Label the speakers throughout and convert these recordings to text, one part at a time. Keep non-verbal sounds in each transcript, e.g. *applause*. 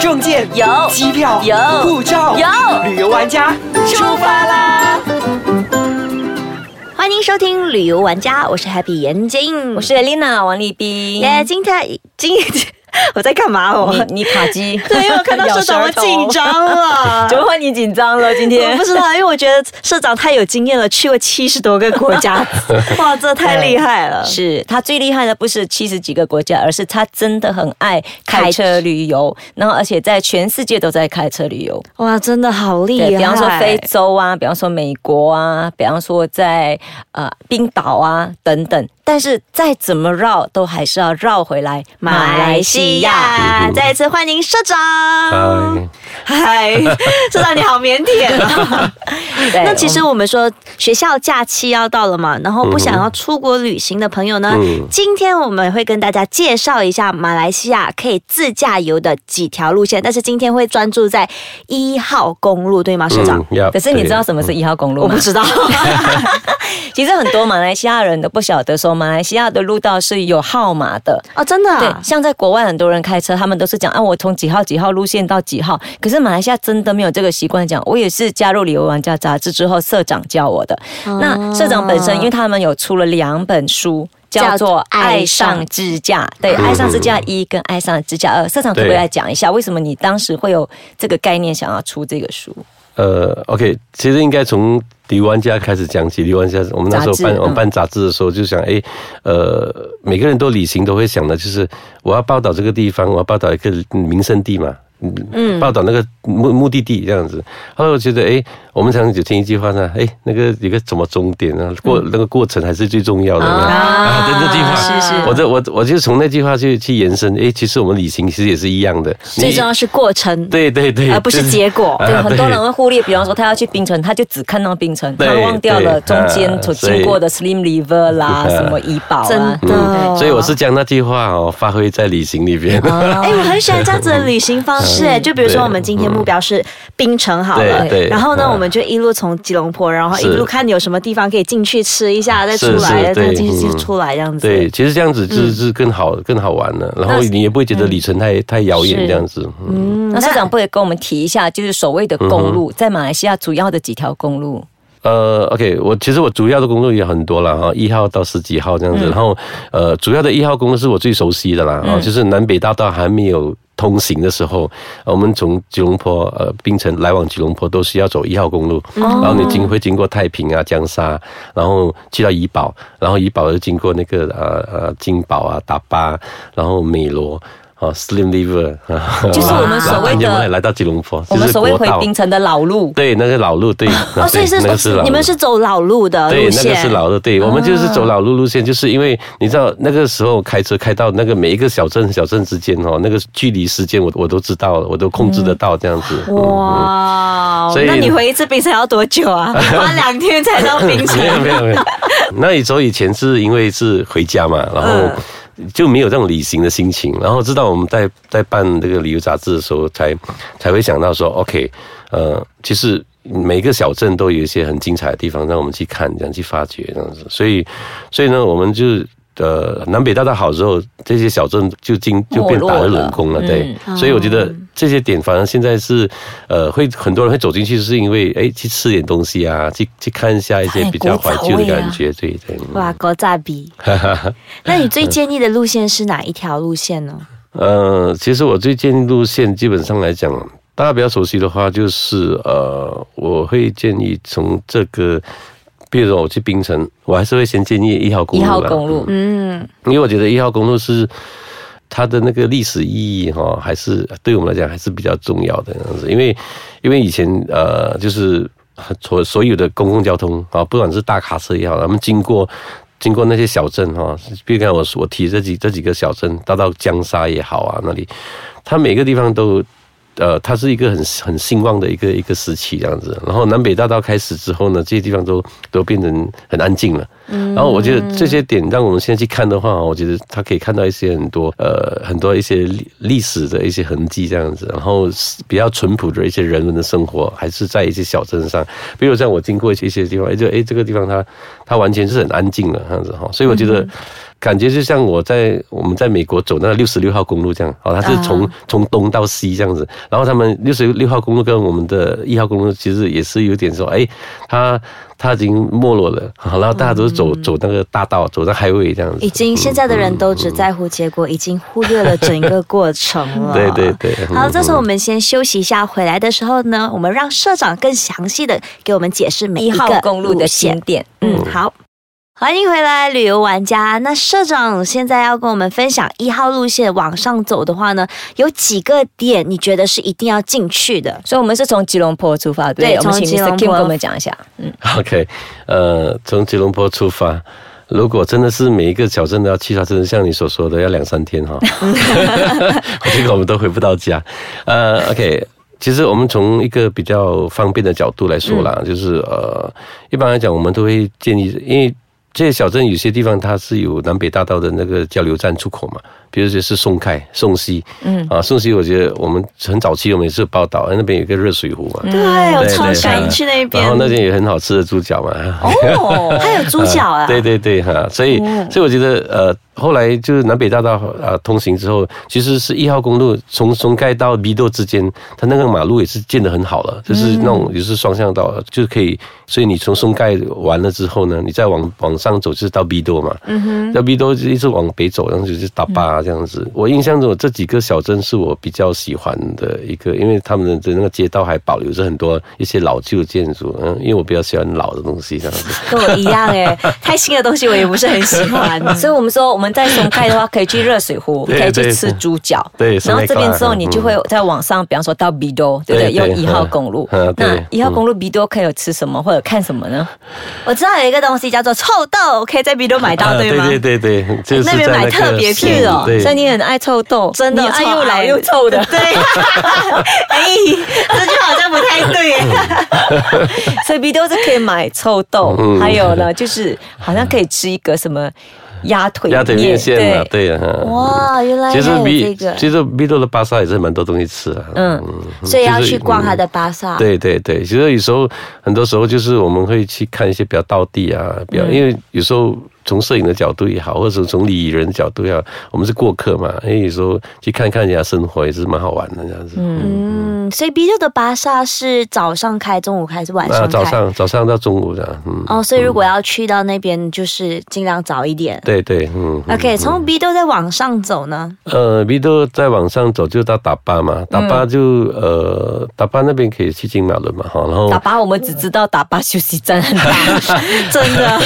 Speaker 1: 证件
Speaker 2: 有
Speaker 1: 机票
Speaker 2: 有
Speaker 1: 护照
Speaker 2: 有
Speaker 1: 旅游玩家出发啦！
Speaker 2: 欢迎收听旅游玩家，我是 Happy 严静，
Speaker 3: 我是 Lina 王立
Speaker 2: 嗯
Speaker 3: 斌。
Speaker 2: 耶，今天 *laughs* 今我在干嘛我？
Speaker 3: 你你卡机，
Speaker 2: *laughs* 对，因为我看到社长，我紧
Speaker 3: 咬舌
Speaker 2: 张了 *laughs*
Speaker 3: 头，。 *laughs* 怎么换你紧张了？今
Speaker 2: 我
Speaker 3: 天
Speaker 2: 不知道，因为我觉得社长太有经验了，去过七十多个国 *laughs* 家，哇，这太厉害了！
Speaker 3: 是他最厉害的，不是七十几个国家，而是他真的很爱开车旅游，然后而且在全世界都在开车旅游。
Speaker 2: 哇，真的好厉害！
Speaker 3: 对比方说非洲啊，比方说美国啊，比方说在呃冰岛啊等等，但是再怎么绕都还是要绕回来
Speaker 2: 马来西。亚，再一次欢迎社长。
Speaker 3: 哦
Speaker 4: 嗨，
Speaker 2: *laughs* 嗨，社长你好腼腆 *laughs* 啊。
Speaker 3: 对
Speaker 2: 那其实我们说学校假期要到了嘛，然后不想要出国旅行的朋友呢，
Speaker 4: 嗯
Speaker 2: 今天我们会跟大家介绍一下马来西亚可以自驾游的几条路线，但是今天会专注在一号公路，对吗，社长？
Speaker 4: 要
Speaker 3: 可是你知道什么是一号公路
Speaker 2: 我
Speaker 3: 吗
Speaker 2: 不？知道，
Speaker 3: *laughs* 其实很多马来西亚人都不晓得说，马来西亚的路道是有号码的。
Speaker 2: *laughs* 哦，真的、
Speaker 3: 对
Speaker 2: 啊，，
Speaker 3: 像在国外很多人开车，他们都是讲啊，我从几号几号路线到几号。可是马来西亚真的没有这个习惯讲，我也是加入旅游玩家杂志之后，社长教我的。那社长本身，因为他们有出了两本书。叫
Speaker 2: 叫
Speaker 3: 做
Speaker 2: 做
Speaker 3: 《爱上支架》，对，《爱上支架一》跟《爱上支架二》，社长可不可以
Speaker 4: 对
Speaker 3: 来讲一下，为什么你当时会有这个概念，想要出这个书？
Speaker 4: 呃，OK，其实应该从迪玩家开始讲起。迪玩家，我们那时候
Speaker 3: 杂志
Speaker 4: 办
Speaker 3: 嗯
Speaker 4: 我们办杂志的时候，就想，哎，呃，每个人都旅行都会想的，就是我要报道这个地方，我要报道一个名胜地嘛。嗯，报道那个目目的地这样子，后来我觉得，哎，我们常常只听一句话呢，哎，那个有个什么终点啊，过、
Speaker 3: 嗯
Speaker 4: 那个过程还是最重要的呢。啊，对这句话，
Speaker 2: 是是
Speaker 4: 我这我我就从那句话去去延伸，哎，其实我们旅行其实也是一样的，
Speaker 2: 最重要是过程，
Speaker 4: 对对对，
Speaker 2: 而不是
Speaker 4: 就是
Speaker 2: 结果。
Speaker 4: 啊
Speaker 3: 对，很多
Speaker 4: 对
Speaker 2: 哦
Speaker 3: 人会忽略，比方说他要去槟城，他就只看到槟城，他
Speaker 4: 对
Speaker 3: 忘掉了中
Speaker 4: 对
Speaker 3: 间
Speaker 4: 啊
Speaker 3: 所
Speaker 4: 所以
Speaker 3: 经过的 Slim River 啦，
Speaker 4: *laughs* 啊
Speaker 3: 什么怡宝
Speaker 2: 真
Speaker 3: 啊，
Speaker 2: 的，
Speaker 4: 所以我是将那句话哦发挥在旅行里边。
Speaker 2: 哎、我很喜欢这样子的旅行方式，哎，就比如说我们今天目标是槟城好了，
Speaker 4: 嗯对对
Speaker 2: 然后呢，
Speaker 4: 嗯
Speaker 2: 我们就一路从吉隆坡，然后一
Speaker 4: 是
Speaker 2: 路看有什么地方可以进去吃一下，再出来，
Speaker 4: 是是对
Speaker 2: 再进去
Speaker 4: 嗯
Speaker 2: 出来这样子。嗯
Speaker 4: 对，其实这样子是是更好更好玩了，然后你也不会觉得旅程太太遥远这样子。嗯，
Speaker 3: 那社长不也跟我们提一下，就是所谓的公路，在马来西亚主要的几条公路，
Speaker 4: 呃，OK，我其实我主要的公路也很多了哈，一号到十几号这样子，
Speaker 2: 嗯
Speaker 4: 然后呃，主要的一号公路是我最熟悉的啦，啊，就是南北大道还没有。通行的时候，呃我们从吉隆坡呃槟城来往吉隆坡都是要走一号公路，
Speaker 2: 哦
Speaker 4: 然后你经会经过太平啊、江沙，然后去到怡保，然后怡保又经过那个呃呃金宝啊、达巴，然后美罗。啊 s l i m River 啊，
Speaker 3: 就是我们所谓的
Speaker 4: 然后来到吉隆坡，
Speaker 3: 我们
Speaker 4: 就是
Speaker 3: 所谓
Speaker 4: 国
Speaker 3: 回
Speaker 4: 道
Speaker 3: 槟城的老路。
Speaker 4: 对，那个老路，对，
Speaker 2: 哦，所以是,、
Speaker 4: 对那个是老路
Speaker 2: 你们是走老路的
Speaker 4: 对，
Speaker 2: 路
Speaker 4: 那
Speaker 2: 线，
Speaker 4: 个是老的，对，我们就是走老路路线，就是因为你知道那个时候开车开到那个每一个小镇小镇之间哦，那个距离时间我我都知道，我都控制得到这样子。嗯！
Speaker 2: 哇、哦
Speaker 4: 所以
Speaker 2: 那你回一次槟城要多久
Speaker 4: *laughs*
Speaker 2: 啊？花两天才到槟城
Speaker 4: 没有没有没有，那你走以前是因为是回家嘛，然后就没有这种旅行的心情，然后直到我们在在办这个旅游杂志的时候才，才会想到说，OK，呃，其实每个小镇都有一些很精彩的地方，让我们去看，这样去发掘这样子，所以所以呢，我们就。呃，南北大道好之后，这些小镇就进就变打了冷宫了，对，
Speaker 3: 哦
Speaker 4: 所以我觉得这些点反而现在是，呃，会很多人会走进去，是因为哎去吃点东西啊，去去看一下一
Speaker 3: 哎
Speaker 4: 些比较怀旧的感觉，对
Speaker 3: 啊
Speaker 4: 对。嗯
Speaker 2: 哇，国炸
Speaker 4: *laughs*
Speaker 2: 比！那你最建议的路线是哪一条路线呢？
Speaker 4: 呃，其实我最建议路线基本上来讲，大家比较熟悉的话，就是呃，我会建议从这个，比如说我去槟城，我还是会先建议一号公
Speaker 3: 一
Speaker 4: 路啦
Speaker 3: 号公路，
Speaker 2: 嗯，
Speaker 4: 因为我觉得一号公路是它的那个历史意义哈、还是对我们来讲还是比较重要的这样子。因为因为以前呃，就是所所有的公共交通啊，不管是大卡车也好，他们经过。经过那些小镇哈，比如看我我提这几这几个小镇，到到江沙也好啊，那里，它每个地方都呃，它是一个很很兴旺的一个一个时期这样子。然后南北大道开始之后呢，这些地方都都变成很安静了。然后我觉得这些点让我们现在去看的话，我觉得它可以看到一些很多呃很多一些历历史的一些痕迹这样子。然后是比较淳朴的一些人们的生活，还是在一些小镇上，比如像我经过一些一些地方，哎就哎这个地方它它完全是很安静的这样子哈。所以我觉得感觉就像我在我们在美国走那六十六号公路这样，哦，它是从、从东到西这样子。然后他们六十六号公路跟我们的一号公路其实也是有点说，哎，它它已经没落了，好然后大家都是走、走那个大道，走到 highway 这样子。嗯
Speaker 2: 已经现在的人都只在乎结果，已经忽略了整个过程了。
Speaker 4: *laughs* 对对对
Speaker 2: 好，
Speaker 4: 嗯
Speaker 2: 这时候我们先休息一下，回来的时候呢，我们让社长更详细的给我们解释每
Speaker 3: 一
Speaker 2: 一
Speaker 3: 号
Speaker 2: 个
Speaker 3: 公路的
Speaker 2: 路线
Speaker 3: 景点。
Speaker 2: 嗯，好。欢迎回来，旅游玩家。那社长现在要跟我们分享一号路线往上走的话呢，有几个点你觉得是一定要进去的？
Speaker 3: 所以我们是从吉隆坡出发，对不
Speaker 2: 对
Speaker 3: 对，我们
Speaker 2: 从
Speaker 3: 请
Speaker 2: 吉隆
Speaker 3: Mr.
Speaker 2: 坡
Speaker 3: Kim 跟我们讲一下。嗯，
Speaker 4: *laughs* OK，呃，从吉隆坡出发，如果真的是每一个小镇都要去，它真的像你所说的要两三天哈、
Speaker 2: *laughs*
Speaker 4: 结果我们都回不到家。呃，OK，其实我们从一个比较方便的角度来说啦，
Speaker 2: 嗯
Speaker 4: 就是呃，一般来讲，我们都会建议，因为这些小镇有些地方它是有南北大道的那个交流站出口嘛，比如说是松开、松溪，嗯啊，松溪，我觉得我们很早期我们也是有报道，那边有一个热水壶
Speaker 3: 嗯
Speaker 4: 嘛，
Speaker 2: 对，我
Speaker 4: 对
Speaker 2: 超
Speaker 4: 对
Speaker 2: 想
Speaker 4: 对
Speaker 2: 去嗯那边。
Speaker 4: 然后那边有很好吃的猪脚嘛，
Speaker 2: 哦，还有猪脚啊！
Speaker 4: 呃 *laughs* 对对对哈、所以、所以我觉得呃，后来就是南北大道啊、呃、通行之后，其实是一号公路从松盖到弥豆之间，它那个马路也是建得很好了，就是那种也是双向道，就是可以。所以你从松盖完了之后呢，你再往往上走就是到弥豆嘛，嗯哼，嗯到弥豆就一直往北走，然后就是大巴这样子。我印象中这几个小镇是我比较喜欢的一个，因为他们的那个街道还保留着很多一些老旧建筑，嗯，因为我比较喜欢老的东西这样子。
Speaker 2: 跟我一样哎、太新的东西我也不是很喜欢。
Speaker 3: 所以我们说我们在松开的话，可以去热水壶，
Speaker 4: 嗯对
Speaker 3: 可以去
Speaker 4: 对
Speaker 3: 吃猪脚。
Speaker 4: 对
Speaker 3: 然后这边之后，你就会
Speaker 4: 嗯
Speaker 3: 在网上，比方说到 B 多，对不对？
Speaker 4: 对对
Speaker 3: 用一号公路
Speaker 4: 嗯嗯，
Speaker 3: 那
Speaker 4: 对
Speaker 3: 一号公路 B 多可以有吃什么或者看什么呢？
Speaker 2: 我知道有一个东西叫做臭豆，可以在 B 都买到，
Speaker 4: 啊
Speaker 2: 对吗？哎
Speaker 4: 对对对对，就是
Speaker 2: 那边
Speaker 4: 在
Speaker 2: 买
Speaker 4: 个
Speaker 2: 特别
Speaker 4: 县
Speaker 2: 屁哦
Speaker 4: 对
Speaker 3: 所以你很爱臭豆，
Speaker 2: 真的
Speaker 3: 你爱
Speaker 2: 超
Speaker 3: 又老
Speaker 2: 爱
Speaker 3: 又臭
Speaker 4: *laughs*
Speaker 3: 的。 *laughs*
Speaker 2: 对，哎，这句好像不太对。
Speaker 3: 所以 B 多是可以买臭豆，
Speaker 4: 嗯
Speaker 3: 还有呢，就是好像可以吃一个什么鸭腿
Speaker 4: 鸭腿面线嘛，对呀。
Speaker 2: 哇，原来还
Speaker 4: 其实
Speaker 2: 有这
Speaker 4: 比
Speaker 2: 个，
Speaker 4: 其实比多的巴萨也是蛮多东西吃的，
Speaker 3: 嗯，
Speaker 2: 所以要去逛
Speaker 4: 它
Speaker 2: 他的巴萨。，
Speaker 4: 嗯对对对，其实有时候很多时候就是我们会去看一些比较道地啊，
Speaker 2: 嗯
Speaker 4: 比较、因为有时候从摄影的角度也好，或者从礼仪人的角度也好，我们是过客嘛，因为有时候去看看人家生活也是蛮好玩的这样子。嗯，
Speaker 2: 嗯，所以 B 六的巴萨是早上开、中午开还是晚上
Speaker 4: 啊，
Speaker 2: 开？
Speaker 4: 早上早上到中午的，嗯，
Speaker 2: 哦，所以如果要去到那边，就是尽量早一点。
Speaker 4: 对对，嗯。
Speaker 2: OK，从 B 六再往上走呢？
Speaker 4: *laughs* 呃，比多再往上走就到打巴
Speaker 3: 嗯
Speaker 4: 嘛，打巴就、呃，打巴那边可以去金马仑嘛，哈，然后
Speaker 3: 打巴我们只知道打巴休息站很
Speaker 4: *laughs*
Speaker 3: 大，真的。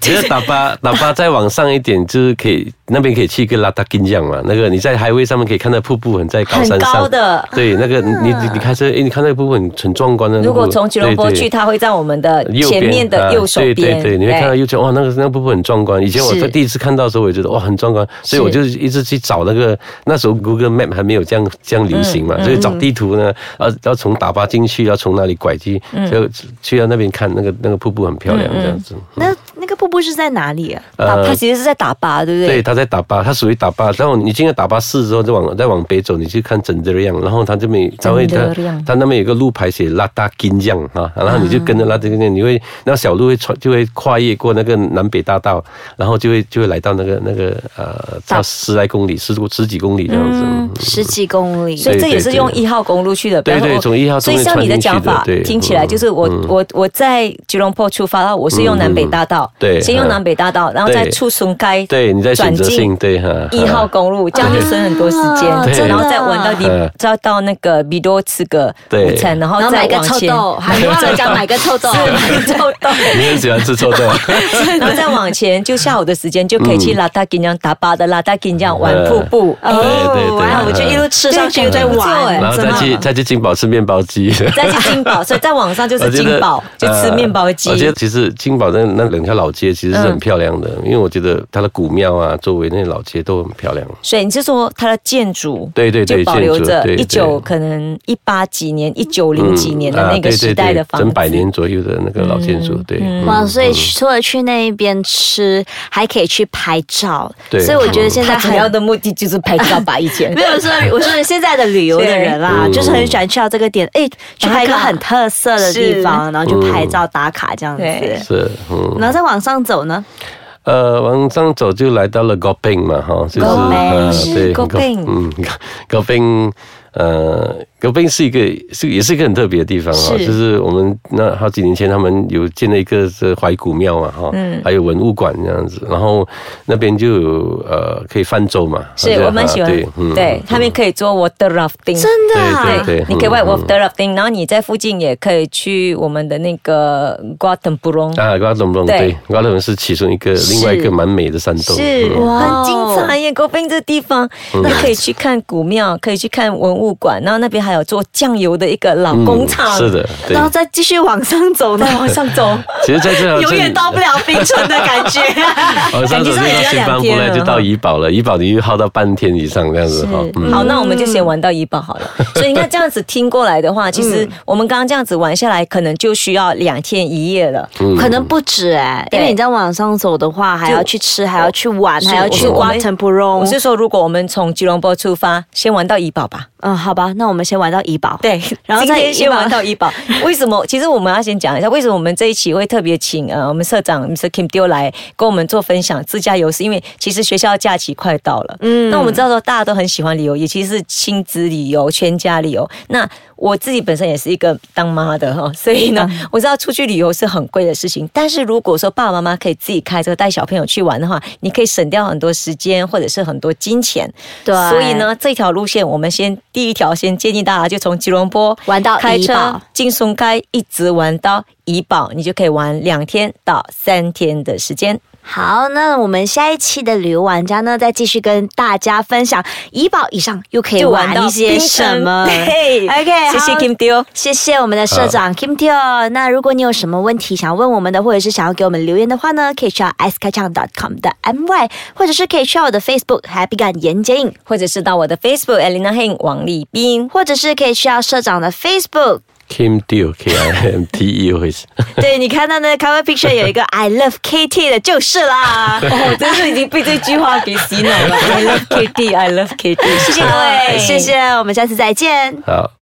Speaker 4: 其实打巴 *laughs* 打巴再往上一点就是可以，那边可以去一个拉达金江嘛，那个你在海位上面可以看到瀑布很在高山上，
Speaker 3: 很高的
Speaker 4: 对，那个你你你开车，诶，你看那个瀑布很很壮观的，
Speaker 3: 如果从吉隆坡去，
Speaker 4: 对。对
Speaker 3: 它会在我们的
Speaker 4: 右
Speaker 3: 前
Speaker 4: 边
Speaker 3: 面的右手边。哎
Speaker 4: 啊对对对，你会看到右边，哇，那个那个瀑布很壮观。以前我
Speaker 3: 是
Speaker 4: 在第一次看到的时候，我也觉得哇很壮观，所以我就一直去找那个那时候 Google Map 还没有这样这样流行
Speaker 3: 嗯
Speaker 4: 嘛，所以找地图呢，要要从打巴进去，要从哪里拐去，
Speaker 3: 嗯
Speaker 4: 就去到那边看那个那个瀑布很漂亮这样子。
Speaker 2: *laughs* 那那个瀑布是在哪里啊？
Speaker 3: 打它其实是在打巴，对不
Speaker 4: 呃对，
Speaker 3: 对？
Speaker 4: 他在打巴，他属于打巴。然后你进了打巴市之后，再往再往北走，你去看整德亮，然后他这边他会他
Speaker 3: 整德亮
Speaker 4: 他那边有个路牌写拉达金江啊，然后你就跟着拉达金江，你会那小路会穿就会跨越过那个南北大道，然后就会就会来到那个那个呃，到十来公里，十多十几公里这样子。
Speaker 3: 嗯
Speaker 2: 十几公里。
Speaker 3: 所以这
Speaker 4: 对
Speaker 3: 也是用一号公路去的，比方说
Speaker 4: 对对
Speaker 3: 我
Speaker 4: 从一号
Speaker 3: 所以
Speaker 4: 公路
Speaker 3: 像你的讲法
Speaker 4: 穿进去的对嗯
Speaker 3: 听起来就是我、我我在吉隆坡出发，然后我是用南北大道，
Speaker 4: 嗯对
Speaker 3: 先用南北大道，然后再
Speaker 4: 对
Speaker 3: 出松开，
Speaker 4: 对，你在选择性
Speaker 3: 转进
Speaker 4: 对哈
Speaker 3: 一号公路，这样就省很多时间，
Speaker 2: 啊
Speaker 4: 对
Speaker 3: 然后再玩到底
Speaker 4: 嗯，
Speaker 3: 再到那个比多吃个
Speaker 4: 对
Speaker 3: 午餐，然后
Speaker 2: 然后
Speaker 3: 再
Speaker 2: 买个
Speaker 3: 往
Speaker 2: 臭
Speaker 3: 前 *laughs*
Speaker 2: 豆，还忘了讲买个臭
Speaker 4: *laughs*
Speaker 2: 豆。
Speaker 3: 臭豆。
Speaker 4: 你很喜欢吃臭豆。
Speaker 3: *laughs* 然后再往前，就下午的时间就可以去拉达金江打巴的拉达金江玩瀑布，
Speaker 4: 对对对
Speaker 2: 哦哇，我就一路吃上去，又在
Speaker 3: 对感觉不错
Speaker 2: 玩
Speaker 3: 哎，
Speaker 4: 然后再去再去金宝吃面包机。
Speaker 3: 再去金宝，所以在网上就
Speaker 4: 我
Speaker 3: 是
Speaker 4: 觉
Speaker 3: 金
Speaker 4: 得呃
Speaker 3: 宝，就吃面包嗯机。
Speaker 4: 呃我觉得其实金宝那那两条老街其实是很漂亮的，因为我觉得它的古庙啊，周围那些老街都很漂亮。
Speaker 3: 所以你是说它的建筑
Speaker 4: 对对对
Speaker 3: 就保留着
Speaker 4: 建筑
Speaker 3: 一
Speaker 4: 对
Speaker 3: 九
Speaker 4: 对
Speaker 3: 可能一八几年一九零几年的
Speaker 4: 啊
Speaker 3: 那个
Speaker 4: 对对
Speaker 3: 时代
Speaker 4: 对
Speaker 3: 的房子，
Speaker 4: 整百年左右的那个老建筑，对。嗯
Speaker 2: 哇，所以除了去那边吃，还可以去拍照。
Speaker 4: 对
Speaker 2: 所以我觉得现在
Speaker 3: 它主
Speaker 2: 很
Speaker 3: 要的目的就是拍照吧，以前
Speaker 2: *laughs* 没。有说，我说现在的旅游的人啦，
Speaker 4: 对
Speaker 2: 就是很喜欢去到这个点，哎，去拍一个
Speaker 3: 打卡
Speaker 2: 很特
Speaker 4: 嗯
Speaker 2: 色的地方，然后去拍照打卡这样子。
Speaker 3: 对
Speaker 4: 是，嗯，
Speaker 2: 然后再往上走呢，
Speaker 4: 呃，往上走就来到了 Gopeng 嘛，哈，就是
Speaker 3: Gopeng，
Speaker 4: 呃
Speaker 3: 是
Speaker 4: 对
Speaker 3: Gopeng
Speaker 4: 嗯，Gopeng，呃，Gopeng 是一个是也是一个很特别的地方哈，
Speaker 3: 是
Speaker 4: 就是我们那好几年前他们有建了一个这怀古庙嘛，哈，嗯，还有文物馆这样子，然后那边就有呃可以泛舟嘛，
Speaker 3: 是
Speaker 4: 对
Speaker 3: 我蛮
Speaker 4: 啊
Speaker 3: 喜欢
Speaker 4: 对，，
Speaker 3: 对，他们可以做 water rafting，
Speaker 2: 真的啊、
Speaker 4: 对对对，
Speaker 3: 你可以外
Speaker 4: 嗯
Speaker 3: water rafting，然后你在附近也可以去我们的那个 g u a t e m b u r o n
Speaker 4: 啊，瓜总龙
Speaker 3: 对
Speaker 4: 对，瓜总是其中一个另外一个蛮美的山洞，
Speaker 3: 是，
Speaker 4: 嗯
Speaker 2: 哇
Speaker 3: 很精彩耶！国宾这地方，那可以去看古庙，可以去看文物馆，然后那边还有做酱油的一个老工厂，
Speaker 4: 嗯是，的，对
Speaker 2: 然，后再继续往上走呢，
Speaker 3: 往上
Speaker 4: *laughs*
Speaker 3: 走，
Speaker 4: 其实在这条
Speaker 2: 永远到不了冰城的感
Speaker 4: *laughs*
Speaker 2: 觉。
Speaker 4: 哦，上手就到新邦不赖，就到怡保了。怡保你又耗到半天以上这样子
Speaker 3: 是
Speaker 4: 哈。嗯，
Speaker 3: 好，那我们就先玩到怡保好了。所以你看这样子听过来的话，其实我们刚刚这样子玩下来，可能就需要两天一夜了。
Speaker 4: 嗯
Speaker 2: 可能不止哎、
Speaker 3: 对
Speaker 2: 因为你在网上走的话，还要去吃，还要去玩，
Speaker 3: 是
Speaker 2: 还要去
Speaker 3: 我
Speaker 2: 挖
Speaker 3: 们
Speaker 2: 城不
Speaker 3: 我
Speaker 4: 哦
Speaker 2: 容。
Speaker 3: 是说，如果我们从吉隆坡出发，先玩到怡保吧。
Speaker 2: 嗯，好吧，那我们先玩到怡保。
Speaker 3: 对，
Speaker 2: 然后
Speaker 3: 今
Speaker 2: 再
Speaker 3: 天
Speaker 2: 医
Speaker 3: 先
Speaker 2: 保
Speaker 3: 玩到医 *laughs* 保。为什么？其实我们要先讲一下，为什么我们这一期会特别请呃我们社长 Mr. Kim 丢来跟我们做分享自驾游，是因为其实学校假期快到了，嗯，那我们知道说大家都很喜欢旅游，尤其是亲子旅游、全家旅游。那我自己本身也是一个当妈的哈， *laughs* 所以呢，我知道出去旅游是很贵的事情。但是如果说爸爸妈妈可以自己开车带小朋友去玩的话，你可以省掉很多时间或者是很多金钱。
Speaker 2: 对
Speaker 3: 所以呢，这条路线我们先第一条先建议大家就从吉隆坡
Speaker 2: 玩到
Speaker 3: 开
Speaker 2: 怡保
Speaker 3: 车进松开，一直玩到怡保，你就可以玩两天到三天的时间。
Speaker 2: 好，那我们下一期的旅游玩家呢，再继续跟大家分享怡保以上又可以
Speaker 3: 就玩
Speaker 2: 玩
Speaker 3: 到
Speaker 2: 一些
Speaker 3: 槟城
Speaker 2: 什么。 *laughs*
Speaker 3: 对
Speaker 2: OK，
Speaker 3: 谢谢
Speaker 2: 好
Speaker 3: Kim 丢。
Speaker 2: 谢谢我们的社长 Kim Teo。那如果你有什么问题想要问我们的，或者是想要给我们留言的话呢，可以去到 s k a c h a n g c o m 的 my，或者是可以去到我的 Facebook Happy 感言剪影，
Speaker 3: 或者是到我的 Facebook Elena Heng 王立斌，
Speaker 2: 或者是可以去到社长的
Speaker 3: *laughs*
Speaker 2: Facebook。
Speaker 4: Kim Deal K I M T E 会是
Speaker 2: 对你看到那个 cover picture 有一个 I love KT 的就是
Speaker 3: *laughs*
Speaker 2: 啦。
Speaker 3: 我真是已经被 *laughs* 这句话给洗脑了。I love Kitty, I love Kitty。
Speaker 2: 谢
Speaker 3: 谢谢
Speaker 2: 谢各位，谢谢，我们下次再见。
Speaker 4: 好。